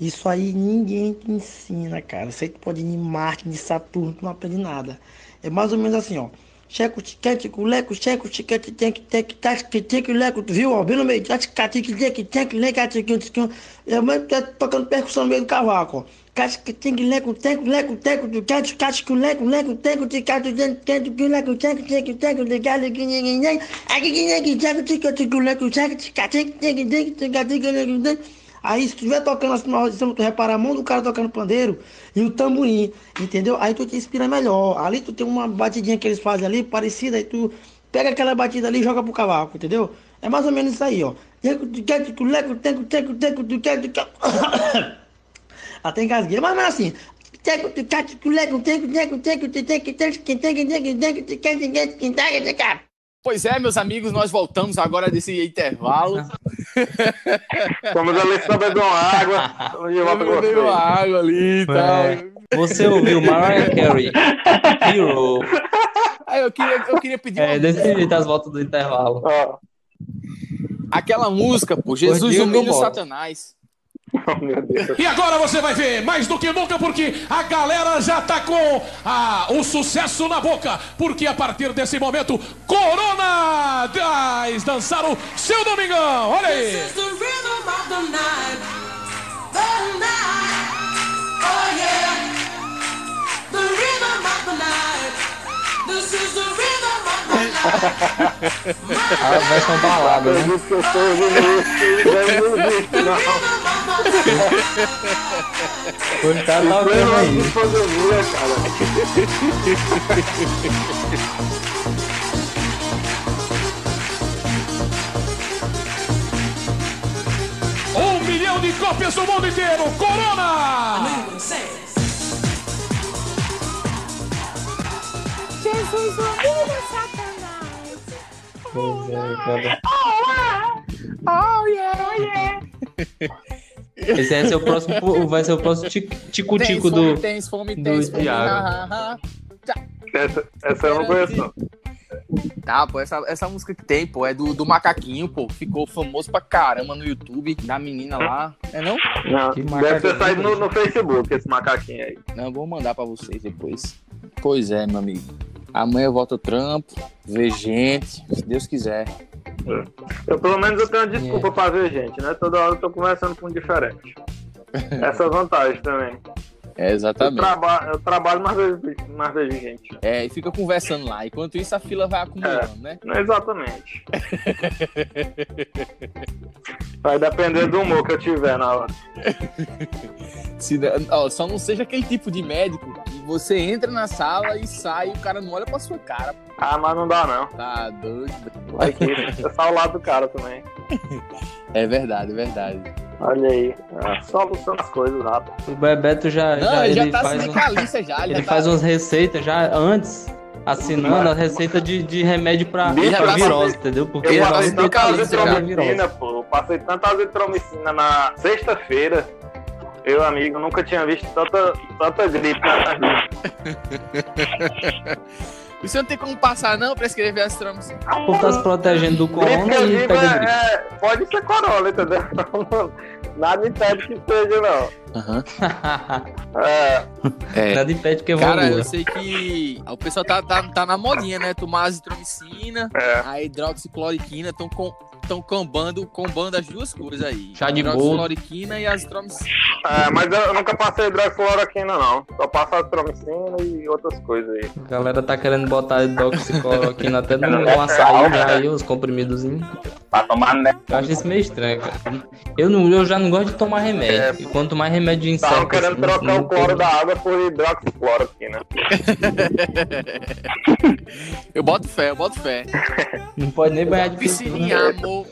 [SPEAKER 5] Isso aí ninguém te ensina, cara. Você que pode ir em Marte, em Saturno, tu não aprende nada. É mais ou menos assim, ó. Checo, tiquete, culeco, checo, tiquete, tenque, tenque, tasque, tenque, leco, tu viu? Ó, bem no meio, tasque, catique, tenque, tenque, leca, tiquinho, tiquinho. É mais que tá tocando percussão no meio do cavaco, ó. Casque, tenque, leco, tenque, leco, tenque, tu quete, casque, leco, leco, tenque, ticate, tenque, tenque, que leco, tenque, tenque, tenque, ligado, que ninguém, ninguém. Aqui, que ninguém, checo, tiquete, culeco, checo, ticate, tenque, tenque, tenque, tenque, leco, tenque. Aí, se tu estiver tocando assim na audição, tu repara a mão do cara tocando pandeiro e o tamborim, entendeu? Aí tu te inspira melhor. Ali tu tem uma batidinha que eles fazem ali, parecida, aí tu pega aquela batida ali e joga pro cavaco, entendeu? É mais ou menos isso aí, ó. Até engasguei, mas mas assim.
[SPEAKER 4] Pois é, meus amigos, nós voltamos agora desse
[SPEAKER 3] Ah.
[SPEAKER 4] intervalo.
[SPEAKER 1] Vamos ali só beber uma água. E
[SPEAKER 4] Eu
[SPEAKER 1] volta com
[SPEAKER 4] bebi uma
[SPEAKER 1] vocês.
[SPEAKER 4] água ali e tal.
[SPEAKER 3] É. Você ouviu Mariah Carey, Hero,
[SPEAKER 4] Aí eu queria, eu queria pedir
[SPEAKER 3] é,
[SPEAKER 4] uma-
[SPEAKER 3] desse jeito as voltas do intervalo.
[SPEAKER 1] Ó,
[SPEAKER 4] aquela música, pô. Jesus
[SPEAKER 3] Gordinho
[SPEAKER 4] humilha
[SPEAKER 3] do
[SPEAKER 4] o
[SPEAKER 3] bolo.
[SPEAKER 4] Satanás.
[SPEAKER 1] Oh, meu Deus.
[SPEAKER 6] E agora você vai ver, mais do que nunca, porque a galera já tá com a- o sucesso na boca. Porque a partir desse momento, Corona Daz dançaram seu Domingão. Olha aí.
[SPEAKER 7] This is the rhythm of the night. The night. Oh yeah. The rhythm of the night. This is the rhythm of the night.
[SPEAKER 3] A versão balada, né? Tá
[SPEAKER 1] que eu estou ouvindo isso, eu não vi, não.
[SPEAKER 3] Hoje tá tá
[SPEAKER 1] Eu
[SPEAKER 3] ouvindo
[SPEAKER 1] não
[SPEAKER 3] aí.
[SPEAKER 1] vi quando eu vi, cara.
[SPEAKER 6] Um milhão de cópias do mundo inteiro. Corona!
[SPEAKER 8] Jesus, o amigo Satanás.
[SPEAKER 3] Pois é, cara.
[SPEAKER 8] Oh, yeah, oh, yeah.
[SPEAKER 3] Esse vai ser o próximo, pu- vai ser o próximo tic- tico-tico
[SPEAKER 4] tem fome,
[SPEAKER 3] do.
[SPEAKER 4] Tem fome,
[SPEAKER 3] do
[SPEAKER 4] tem fome.
[SPEAKER 3] Thiago.
[SPEAKER 4] ah, ah, ah.
[SPEAKER 1] Essa, essa eu não conheço, não.
[SPEAKER 4] Tá, pô, essa, essa música que tem, pô, é do, do macaquinho, pô. Ficou famoso pra caramba no YouTube, da menina lá. É não?
[SPEAKER 1] Não,
[SPEAKER 3] Que é
[SPEAKER 1] deve
[SPEAKER 3] macaquinho,
[SPEAKER 1] ter saído no,
[SPEAKER 3] bicho.
[SPEAKER 1] no Facebook esse macaquinho aí.
[SPEAKER 4] Não, eu vou mandar pra vocês depois. Pois é, meu amigo. Amanhã eu volto ao trampo, ver gente, se Deus quiser.
[SPEAKER 1] Eu, pelo menos eu tenho uma desculpa
[SPEAKER 3] É.
[SPEAKER 1] pra ver gente, né? Toda hora eu tô conversando com um diferente. Essa é a vantagem também.
[SPEAKER 4] É,
[SPEAKER 1] Eu,
[SPEAKER 4] exatamente.
[SPEAKER 1] traba eu trabalho, mas vejo, mas vejo gente.
[SPEAKER 4] É, e fica conversando lá. Enquanto isso, a fila vai acumulando, né?
[SPEAKER 1] Não é exatamente. Vai depender do humor que eu tiver na hora.
[SPEAKER 4] Se, der- ó, só não seja aquele tipo de médico que você entra na sala e sai e o cara não olha pra sua cara.
[SPEAKER 1] Ah, mas não dá não.
[SPEAKER 4] Tá doido.
[SPEAKER 1] Vai que é só o lado do cara também.
[SPEAKER 4] É verdade, é verdade.
[SPEAKER 1] Olha aí. É, soluciona as coisas rápido.
[SPEAKER 3] O Bebeto já,
[SPEAKER 4] Não,
[SPEAKER 3] já-
[SPEAKER 4] ele já
[SPEAKER 3] ele
[SPEAKER 4] tá
[SPEAKER 3] faz um-
[SPEAKER 4] sindicalista já.
[SPEAKER 3] ele
[SPEAKER 4] já
[SPEAKER 3] faz
[SPEAKER 4] tá...
[SPEAKER 3] umas receitas já antes, assinando a receita de, de remédio pra,
[SPEAKER 1] Bicho,
[SPEAKER 3] pra
[SPEAKER 1] eu
[SPEAKER 3] virose, entendeu? Porque
[SPEAKER 1] Eu
[SPEAKER 4] Ele
[SPEAKER 3] nós
[SPEAKER 1] passei
[SPEAKER 4] tá
[SPEAKER 1] tanta
[SPEAKER 4] hospitalista, cara.
[SPEAKER 1] azitromicina, pô. Eu passei tanta azitromicina na sexta-feira. Eu, amigo, nunca tinha visto tanta, tanta gripe na minha vida.
[SPEAKER 4] E você não tem como passar, não, pra escrever as tramas.
[SPEAKER 3] O povo tá se protegendo do
[SPEAKER 1] Gripe que
[SPEAKER 3] corona
[SPEAKER 1] eu
[SPEAKER 3] e
[SPEAKER 1] digo
[SPEAKER 3] pega gripe.
[SPEAKER 1] é, é- pode ser corona, entendeu? [LAUGHS] Nada impede que seja, não. É,
[SPEAKER 4] É.
[SPEAKER 3] Nada impede que evolua.
[SPEAKER 4] Cara, eu sei que o pessoal tá, tá, tá na modinha, né? Tomar azitromicina,
[SPEAKER 1] É.
[SPEAKER 4] a hidroxicloroquina, estão com, tão combando, combando as duas coisas aí.
[SPEAKER 3] Chá de boldo.
[SPEAKER 4] Hidroxicloroquina e azitromicina.
[SPEAKER 1] é, mas eu nunca passei hidroxiloroquina, não. Só passo azitromicina e outras coisas aí.
[SPEAKER 3] A galera tá querendo botar hidroxicloroquina até no
[SPEAKER 2] Não,
[SPEAKER 3] no
[SPEAKER 2] é
[SPEAKER 3] açaí
[SPEAKER 2] real,
[SPEAKER 3] já aí, os comprimidozinhos.
[SPEAKER 2] Pra tomar, né?
[SPEAKER 3] Eu acho isso meio estranho, cara. Eu, não, eu já não gosto de tomar remédio.
[SPEAKER 1] É.
[SPEAKER 3] E quanto mais remédio de inseto...
[SPEAKER 1] Estavam querendo
[SPEAKER 3] assim,
[SPEAKER 1] trocar
[SPEAKER 3] não-
[SPEAKER 1] o cloro da água por hidroxicloroquina.
[SPEAKER 4] Eu boto fé, eu boto fé.
[SPEAKER 3] Não pode nem banhar de
[SPEAKER 4] Piscininha,
[SPEAKER 1] É.
[SPEAKER 3] piscina.
[SPEAKER 4] amor.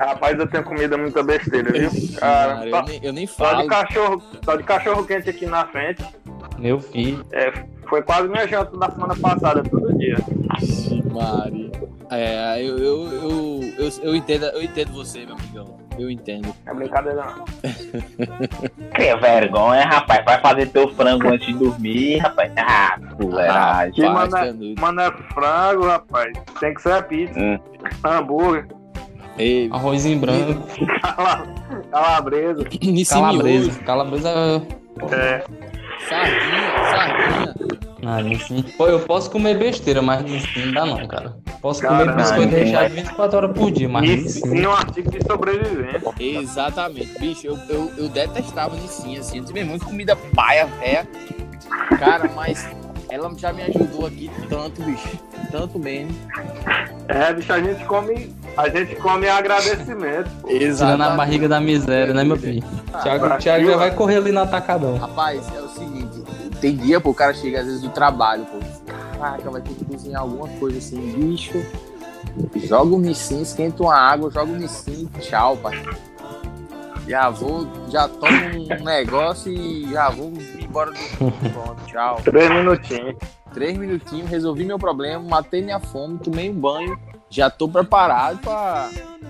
[SPEAKER 1] Rapaz, eu tenho comida muita besteira, viu? Cara,
[SPEAKER 4] Cara, eu,
[SPEAKER 1] só,
[SPEAKER 4] nem, eu nem
[SPEAKER 1] só de
[SPEAKER 4] falo.
[SPEAKER 1] cachorro, só de cachorro quente aqui na frente.
[SPEAKER 3] Meu filho.
[SPEAKER 1] É, foi quase minha janta da semana passada, todo dia.
[SPEAKER 4] Mari. É, eu, eu, eu, eu, eu entendo, eu entendo você, meu amigão. Eu entendo.
[SPEAKER 1] É brincadeira, não.
[SPEAKER 2] Que vergonha, rapaz. Vai fazer teu frango antes de dormir, rapaz. Ah, fuleiragem.
[SPEAKER 1] que manda-
[SPEAKER 4] tá doido.
[SPEAKER 1] Mano, é frango, rapaz. Tem que ser a pizza.
[SPEAKER 2] Hum.
[SPEAKER 1] Hambúrguer, [LAUGHS]
[SPEAKER 4] Ei,
[SPEAKER 3] Arroz em branco,
[SPEAKER 1] cala- calabresa.
[SPEAKER 4] nesse
[SPEAKER 3] calabresa.
[SPEAKER 4] miojo,
[SPEAKER 3] Calabresa...
[SPEAKER 1] É,
[SPEAKER 4] sardinha, sardinha.
[SPEAKER 3] Ah, enfim. Pô, eu posso comer besteira, mas não dá não, cara. Posso comer
[SPEAKER 1] Caralho.
[SPEAKER 3] biscoito recheado 24 horas por dia, mas não
[SPEAKER 1] isso
[SPEAKER 3] sim.
[SPEAKER 1] em um artigo de sobrevivência.
[SPEAKER 4] Exatamente, bicho, eu, eu, eu detestava Nissin, assim, eu tive muito comida paia, ré. Cara, mas ela já me ajudou aqui tanto, bicho. Tanto mesmo.
[SPEAKER 1] É, bicho, a gente come, a gente come agradecimento. [LAUGHS]
[SPEAKER 3] Tirando a barriga da miséria, né, meu filho? Tiago,
[SPEAKER 1] pra
[SPEAKER 3] Thiago
[SPEAKER 1] quê,
[SPEAKER 3] já
[SPEAKER 1] mano?
[SPEAKER 3] vai correr ali no atacadão.
[SPEAKER 4] Rapaz, é o seguinte, tem dia, pô, o cara chega às vezes do trabalho, pô. Caraca, vai ter que cozinhar alguma coisa assim, bicho. Joga o Nissin, esquenta uma água, joga o Nissin, tchau, pai. Já vou, já tomo um negócio e já vou embora
[SPEAKER 3] [LAUGHS]
[SPEAKER 4] do. Pronto, tchau.
[SPEAKER 1] Três minutinhos.
[SPEAKER 4] Três minutinhos, resolvi meu problema, matei minha fome, tomei um banho, já tô preparado pra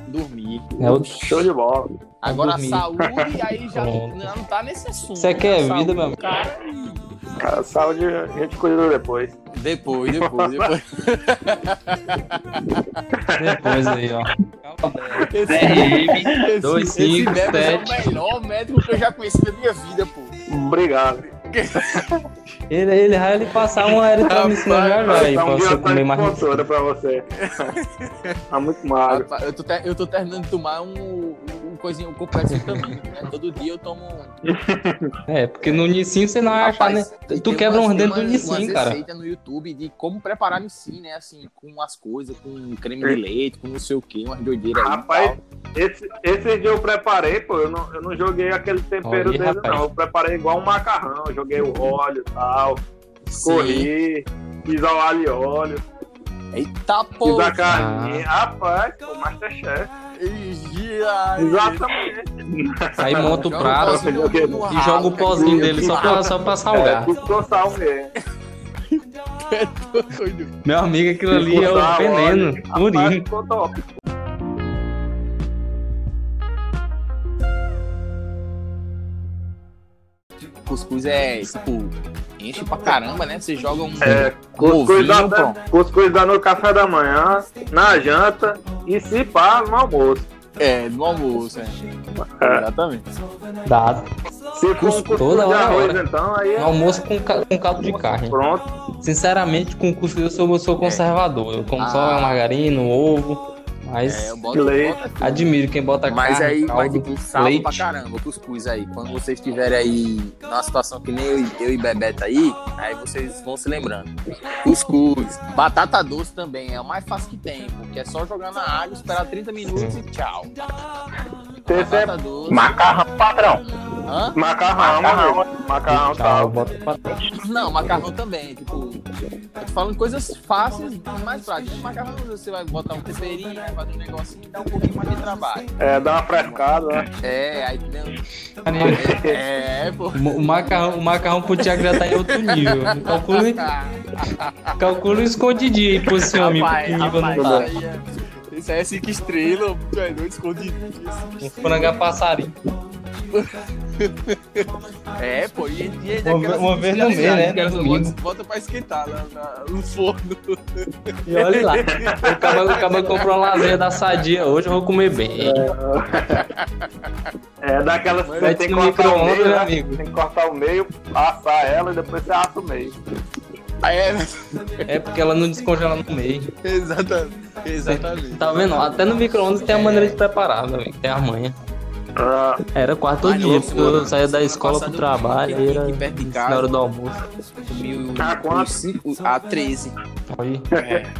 [SPEAKER 4] dormir.
[SPEAKER 3] É o-
[SPEAKER 1] Show de bola.
[SPEAKER 4] Agora
[SPEAKER 3] dormir.
[SPEAKER 4] a saúde, aí
[SPEAKER 3] [LAUGHS]
[SPEAKER 4] já não,
[SPEAKER 3] Pronto.
[SPEAKER 4] já não tá nesse assunto.
[SPEAKER 3] Isso aqui é
[SPEAKER 4] A
[SPEAKER 3] vida,
[SPEAKER 4] saúde,
[SPEAKER 3] meu amigo.
[SPEAKER 4] Cara,
[SPEAKER 1] Cara, saúde a gente cuida depois.
[SPEAKER 3] [LAUGHS]
[SPEAKER 4] depois, depois, depois.
[SPEAKER 3] Depois
[SPEAKER 1] [LAUGHS]
[SPEAKER 3] aí, ó.
[SPEAKER 4] Esse,
[SPEAKER 3] Dois,
[SPEAKER 4] esse
[SPEAKER 3] cinco,
[SPEAKER 4] médico é
[SPEAKER 3] sete.
[SPEAKER 4] o melhor médico que eu já conheci da minha vida, pô.
[SPEAKER 1] Obrigado.
[SPEAKER 4] quê?
[SPEAKER 3] Ele, ele vai lhe passar uma era pra me ensinar
[SPEAKER 1] Tá,
[SPEAKER 3] já já
[SPEAKER 1] um então,
[SPEAKER 3] aí, pra você comer mais.
[SPEAKER 1] Motora pra você. tá muito magro.
[SPEAKER 4] Rapaz, eu tô, ter- eu tô terminando de tomar um, um coisinho, um complexo vitamínico, né? Todo dia eu tomo um.
[SPEAKER 3] É, porque no Nissin você não vai achar, né?
[SPEAKER 4] Rapaz, e
[SPEAKER 3] Tu
[SPEAKER 4] tem
[SPEAKER 3] quebra
[SPEAKER 4] umas-
[SPEAKER 3] uns
[SPEAKER 4] tem
[SPEAKER 3] dentes do
[SPEAKER 4] umas-
[SPEAKER 3] Nissin,
[SPEAKER 4] umas
[SPEAKER 3] cara.
[SPEAKER 4] receita no YouTube de como preparar Nissin, né? Assim, com as coisas, com creme de leite, com não sei o quê, umas doideiras aí e
[SPEAKER 1] Rapaz,
[SPEAKER 4] tal.
[SPEAKER 1] esse, esse dia eu preparei, pô. Eu não, eu não joguei aquele tempero
[SPEAKER 3] Olha,
[SPEAKER 1] dele,
[SPEAKER 3] rapaz.
[SPEAKER 1] não. Eu preparei igual um macarrão. Eu joguei o óleo e tal. Corri, fiz ao alho e óleo,
[SPEAKER 4] Sim. Eita
[SPEAKER 1] fiz a
[SPEAKER 4] porra!
[SPEAKER 1] carninha. Rapaz, pô, Masterchef. Exatamente.
[SPEAKER 3] Aí monta o
[SPEAKER 4] Joga
[SPEAKER 3] prato
[SPEAKER 4] pozinho
[SPEAKER 1] e
[SPEAKER 4] no- no
[SPEAKER 3] e
[SPEAKER 4] ralo,
[SPEAKER 3] joga o
[SPEAKER 4] que
[SPEAKER 3] pozinho dele
[SPEAKER 4] [LAUGHS]
[SPEAKER 3] só pra, só pra
[SPEAKER 1] É,
[SPEAKER 3] salgar.
[SPEAKER 1] ficou sal mesmo.
[SPEAKER 4] doido.
[SPEAKER 3] Meu amigo, aquilo ali é
[SPEAKER 1] Ficou
[SPEAKER 3] o
[SPEAKER 1] sal,
[SPEAKER 3] veneno,
[SPEAKER 1] óleo. Rapaz,
[SPEAKER 3] urinho.
[SPEAKER 1] ficou top.
[SPEAKER 4] Cuscuz é, tipo, enche pra caramba, né? Você joga um.
[SPEAKER 1] É,
[SPEAKER 4] um
[SPEAKER 1] Cuscuz dá,
[SPEAKER 4] ovinho, pô.
[SPEAKER 1] até- cuscuz dá no café da manhã, na janta e se pá no almoço.
[SPEAKER 4] É, no almoço, é. Exatamente.
[SPEAKER 3] Dá.
[SPEAKER 1] Se for um cuscuz
[SPEAKER 3] Toda
[SPEAKER 1] de
[SPEAKER 3] hora,
[SPEAKER 1] arroz,
[SPEAKER 3] hora.
[SPEAKER 1] então, aí
[SPEAKER 3] Um
[SPEAKER 1] é
[SPEAKER 3] almoço com, ca- com caldo de carne.
[SPEAKER 1] pronto.
[SPEAKER 3] Sinceramente, com cuscuz eu sou, eu sou conservador. Eu como só
[SPEAKER 4] É. Ah.
[SPEAKER 3] a margarina, o ovo. Mas
[SPEAKER 4] É, eu boto,
[SPEAKER 1] Leite.
[SPEAKER 4] boto tudo.
[SPEAKER 3] admiro quem bota
[SPEAKER 4] Mas
[SPEAKER 3] carne,
[SPEAKER 4] aí, mas
[SPEAKER 3] caldo,
[SPEAKER 4] tipo, salva
[SPEAKER 3] leite.
[SPEAKER 4] pra caramba, cuscuz aí. Quando vocês estiverem aí numa situação que nem eu, e- eu e Bebeto aí, aí vocês vão se lembrando. Cuscuz, batata doce também, é o mais fácil que tem, porque é só jogar na água, esperar 30 minutos e tchau.
[SPEAKER 1] Esse é
[SPEAKER 4] Batata doce.
[SPEAKER 2] Macarrão, patrão.
[SPEAKER 4] Hã?
[SPEAKER 1] macarrão, macarrão, macarrão
[SPEAKER 3] Tchau,
[SPEAKER 1] sal.
[SPEAKER 3] Tá, bota pra dentro.
[SPEAKER 4] Não, macarrão também, tipo, eu tô falando coisas fáceis e mais práticas. Macarrão você vai botar um temperinho, vai fazer um negocinho, dá um pouquinho mais de trabalho.
[SPEAKER 1] É, dá uma frescada, né?
[SPEAKER 4] É, aí não.
[SPEAKER 3] Caramba.
[SPEAKER 4] É, pô.
[SPEAKER 3] né? O macarrão, o macarrão pro Thiago já tá em outro nível.
[SPEAKER 4] [LAUGHS]
[SPEAKER 3] Calcula, calcula o escondidinho aí pro esse homem, pro
[SPEAKER 4] Rapaz,
[SPEAKER 3] que nível
[SPEAKER 4] rapaz,
[SPEAKER 3] não tá.
[SPEAKER 4] isso aí é- Isso aí é cinco estrelas, tu é doido, escondido.
[SPEAKER 3] Um franga passarinho.
[SPEAKER 4] É, pô, e, e ainda
[SPEAKER 3] Uma ve- uma vez no mês, né,
[SPEAKER 4] Aquelas
[SPEAKER 3] no domingo.
[SPEAKER 4] bota- Bota pra esquentar lá na- no forno.
[SPEAKER 3] E olha lá. O cabelo, o cabelo comprou uma lasanha da sadia. Hoje eu vou comer bem.
[SPEAKER 1] É daquelas que você
[SPEAKER 3] Mete
[SPEAKER 1] tem que
[SPEAKER 3] no
[SPEAKER 1] cortar o
[SPEAKER 3] micro-ondas,
[SPEAKER 1] meio,
[SPEAKER 3] meu
[SPEAKER 1] né?
[SPEAKER 3] amigo.
[SPEAKER 1] Tem que cortar o meio, assar ela e depois você assa o meio.
[SPEAKER 4] Aí É, [LAUGHS]
[SPEAKER 3] É porque ela não descongela no meio.
[SPEAKER 4] exatamente. Exatamente.
[SPEAKER 3] Tá vendo? Até no micro-ondas tem a maneira de preparar, meu amigo. Tem a manha.
[SPEAKER 1] Ah,
[SPEAKER 3] Era quase todo
[SPEAKER 4] Ai,
[SPEAKER 3] dia, né, porque
[SPEAKER 4] loucura.
[SPEAKER 3] eu saía da
[SPEAKER 4] Semana
[SPEAKER 3] escola
[SPEAKER 4] passada
[SPEAKER 3] pro
[SPEAKER 4] eu
[SPEAKER 3] trabalho,
[SPEAKER 4] fui aqui
[SPEAKER 3] era
[SPEAKER 4] perto de
[SPEAKER 3] na
[SPEAKER 4] casa.
[SPEAKER 3] hora do almoço.
[SPEAKER 4] Comi o-
[SPEAKER 1] Tá, quanto?
[SPEAKER 4] o cinco- Ah, A 13.
[SPEAKER 3] Aí,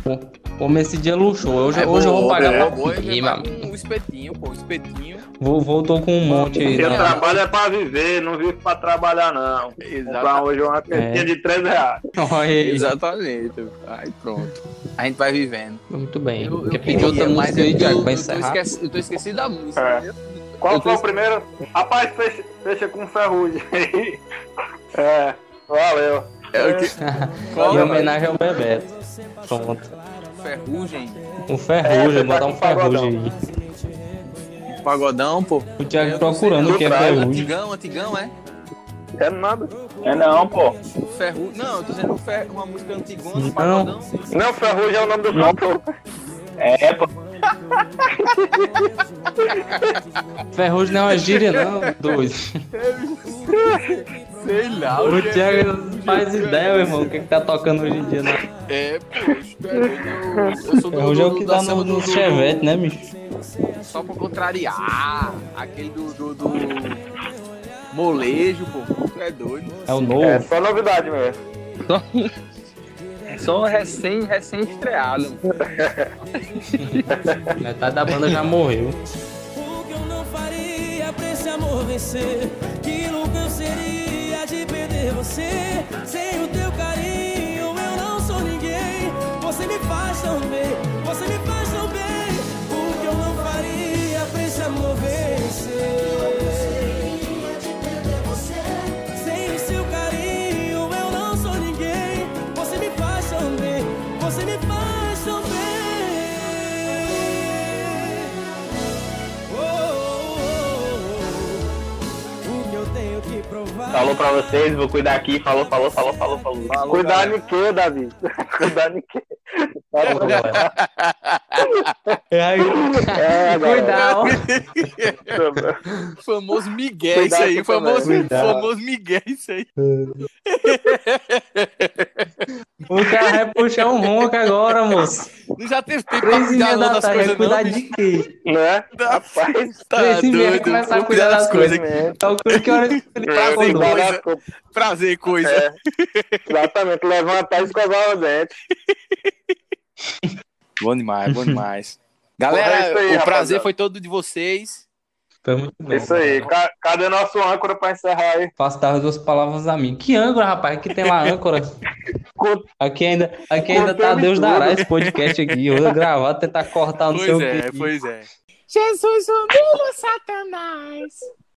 [SPEAKER 3] o homem esse dia luxou. Hoje,
[SPEAKER 4] É
[SPEAKER 3] hoje eu vou
[SPEAKER 4] boa,
[SPEAKER 3] pagar
[SPEAKER 4] é
[SPEAKER 3] pra
[SPEAKER 4] boa,
[SPEAKER 3] comer,
[SPEAKER 4] eu
[SPEAKER 3] meu
[SPEAKER 4] já
[SPEAKER 3] amigo.
[SPEAKER 4] com o espetinho, pô, o
[SPEAKER 3] um
[SPEAKER 4] espetinho.
[SPEAKER 3] Vou- Voltou com um monte aí.
[SPEAKER 1] eu
[SPEAKER 3] na-
[SPEAKER 1] trabalho é pra viver, não vivo pra trabalhar, não. Comprar hoje uma quentinha
[SPEAKER 3] É.
[SPEAKER 1] de 3 reais.
[SPEAKER 3] [LAUGHS] Olha aí.
[SPEAKER 4] Exatamente. Aí pronto. A gente vai vivendo.
[SPEAKER 3] Muito bem.
[SPEAKER 4] Eu, eu
[SPEAKER 3] Quer pedir outra
[SPEAKER 4] queria, é mas
[SPEAKER 3] música
[SPEAKER 4] eu-
[SPEAKER 3] aí, Thiago,
[SPEAKER 4] eu-
[SPEAKER 3] pra
[SPEAKER 4] eu tô
[SPEAKER 3] encerrar?
[SPEAKER 4] esquece- Eu tô esquecido da música.
[SPEAKER 1] É.
[SPEAKER 4] viu?
[SPEAKER 1] Qual
[SPEAKER 4] Eu
[SPEAKER 1] foi
[SPEAKER 4] tô
[SPEAKER 1] o primeiro? Rapaz, fecha, fecha com ferrugem aí. [LAUGHS] É, valeu.
[SPEAKER 4] É o que?
[SPEAKER 3] Em
[SPEAKER 4] Qual?
[SPEAKER 3] homenagem ao Bebeto. Pronto.
[SPEAKER 4] Ferrugem.
[SPEAKER 3] Um ferrugem,
[SPEAKER 1] É, tá
[SPEAKER 3] botar um ferrugem aí.
[SPEAKER 4] Pagodão, pô.
[SPEAKER 3] O Thiago Tá procurando o que é
[SPEAKER 1] Praia.
[SPEAKER 3] ferrugem.
[SPEAKER 4] Antigão, antigão, é?
[SPEAKER 1] É nada.
[SPEAKER 2] É não, pô.
[SPEAKER 4] Ferru... Não, eu tô dizendo fer... uma música antigona,
[SPEAKER 3] Não.
[SPEAKER 4] pagodão.
[SPEAKER 1] Não, ferrugem é o nome do cantor.
[SPEAKER 2] É, pô.
[SPEAKER 3] Ferrugem não é uma gíria, não, doido.
[SPEAKER 4] Sei lá. é
[SPEAKER 3] O Thiago não faz ideia, meu irmão, o que, que tá tocando hoje em dia. Não.
[SPEAKER 4] É, pô.
[SPEAKER 1] [LAUGHS]
[SPEAKER 4] Eu, eu sou do,
[SPEAKER 3] Ferrugem é o que
[SPEAKER 4] da
[SPEAKER 3] dá
[SPEAKER 4] samba
[SPEAKER 3] no,
[SPEAKER 4] do-
[SPEAKER 3] no
[SPEAKER 4] do-
[SPEAKER 3] Chevette, né, bicho?
[SPEAKER 4] Só pra contrariar. Aquele do... do, do... Molejo, pô. Tu é doido.
[SPEAKER 3] É o
[SPEAKER 1] É
[SPEAKER 3] novo.
[SPEAKER 1] só novidade mesmo.
[SPEAKER 3] É
[SPEAKER 4] Só recém, recém estreado.
[SPEAKER 3] Metade da banda
[SPEAKER 1] [LAUGHS]
[SPEAKER 3] já morreu.
[SPEAKER 9] O que eu não faria pra esse amor vencer? Que louco eu seria de perder você? Sem o teu carinho eu não sou ninguém. Você me faz tão bem, você me faz tão bem. O que eu não faria pra esse amor vencer? Sem o seu carinho eu não sou ninguém. Você me faz tão bem, você me faz tão bem. Oh, oh, oh, oh. O que eu tenho que provar?
[SPEAKER 2] Falou pra vocês, vou cuidar aqui. Falou, falou, falou, falou, falou.
[SPEAKER 1] [LAUGHS] Cuidado em quê, Davi? Cuidado em quê?
[SPEAKER 3] Falou, galera. E aí,
[SPEAKER 1] É, né?
[SPEAKER 3] cuidado.
[SPEAKER 1] galera.
[SPEAKER 4] Famoso Miguel,
[SPEAKER 1] Cuidado
[SPEAKER 4] isso aí.
[SPEAKER 1] com o
[SPEAKER 4] Famoso,
[SPEAKER 3] Cuidado.
[SPEAKER 4] famoso Miguel, isso aí.
[SPEAKER 3] O cara vai puxar um ronco agora, moço.
[SPEAKER 4] Não já teve tempo pra
[SPEAKER 3] Três e
[SPEAKER 4] cuidar
[SPEAKER 3] meia
[SPEAKER 4] não
[SPEAKER 3] da
[SPEAKER 4] das
[SPEAKER 3] tarde, vai
[SPEAKER 4] coisas,
[SPEAKER 3] cuidar
[SPEAKER 4] não. bicho?
[SPEAKER 3] de quê?
[SPEAKER 1] Né? Rapaz, né?
[SPEAKER 4] Tá
[SPEAKER 3] Três e meia,
[SPEAKER 4] doido.
[SPEAKER 3] começar
[SPEAKER 4] Vou cuidar das coisas.
[SPEAKER 1] mesmo.
[SPEAKER 3] Então, que hora ele
[SPEAKER 1] É,
[SPEAKER 4] Prazer,
[SPEAKER 1] cuidar
[SPEAKER 4] coisa.
[SPEAKER 3] né?
[SPEAKER 1] das coisas.
[SPEAKER 4] Prazer, coisa.
[SPEAKER 1] É. Exatamente, levantar e escovar o dente.
[SPEAKER 4] Bom demais, [LAUGHS] bom é demais.
[SPEAKER 1] Porra, é
[SPEAKER 4] Galera,
[SPEAKER 1] isso aí,
[SPEAKER 4] o prazer
[SPEAKER 1] rapaziada.
[SPEAKER 4] foi todo de vocês.
[SPEAKER 3] Tá muito
[SPEAKER 1] [LAUGHS]
[SPEAKER 3] bom.
[SPEAKER 1] Isso aí. Ca- Cadê nosso âncora pra encerrar aí?
[SPEAKER 3] Faço das duas palavras a mim. Que âncora, rapaz? Aqui tem lá âncora.
[SPEAKER 1] Com-
[SPEAKER 3] Aqui ainda, aqui ainda tá
[SPEAKER 1] Contamos
[SPEAKER 3] Deus
[SPEAKER 1] tudo.
[SPEAKER 3] dará esse podcast aqui. Eu vou gravar,
[SPEAKER 6] é,
[SPEAKER 3] tentar cortar, não sei
[SPEAKER 4] Pois
[SPEAKER 3] o
[SPEAKER 4] é,
[SPEAKER 3] quê.
[SPEAKER 4] pois é.
[SPEAKER 8] Jesus humilha Satanás.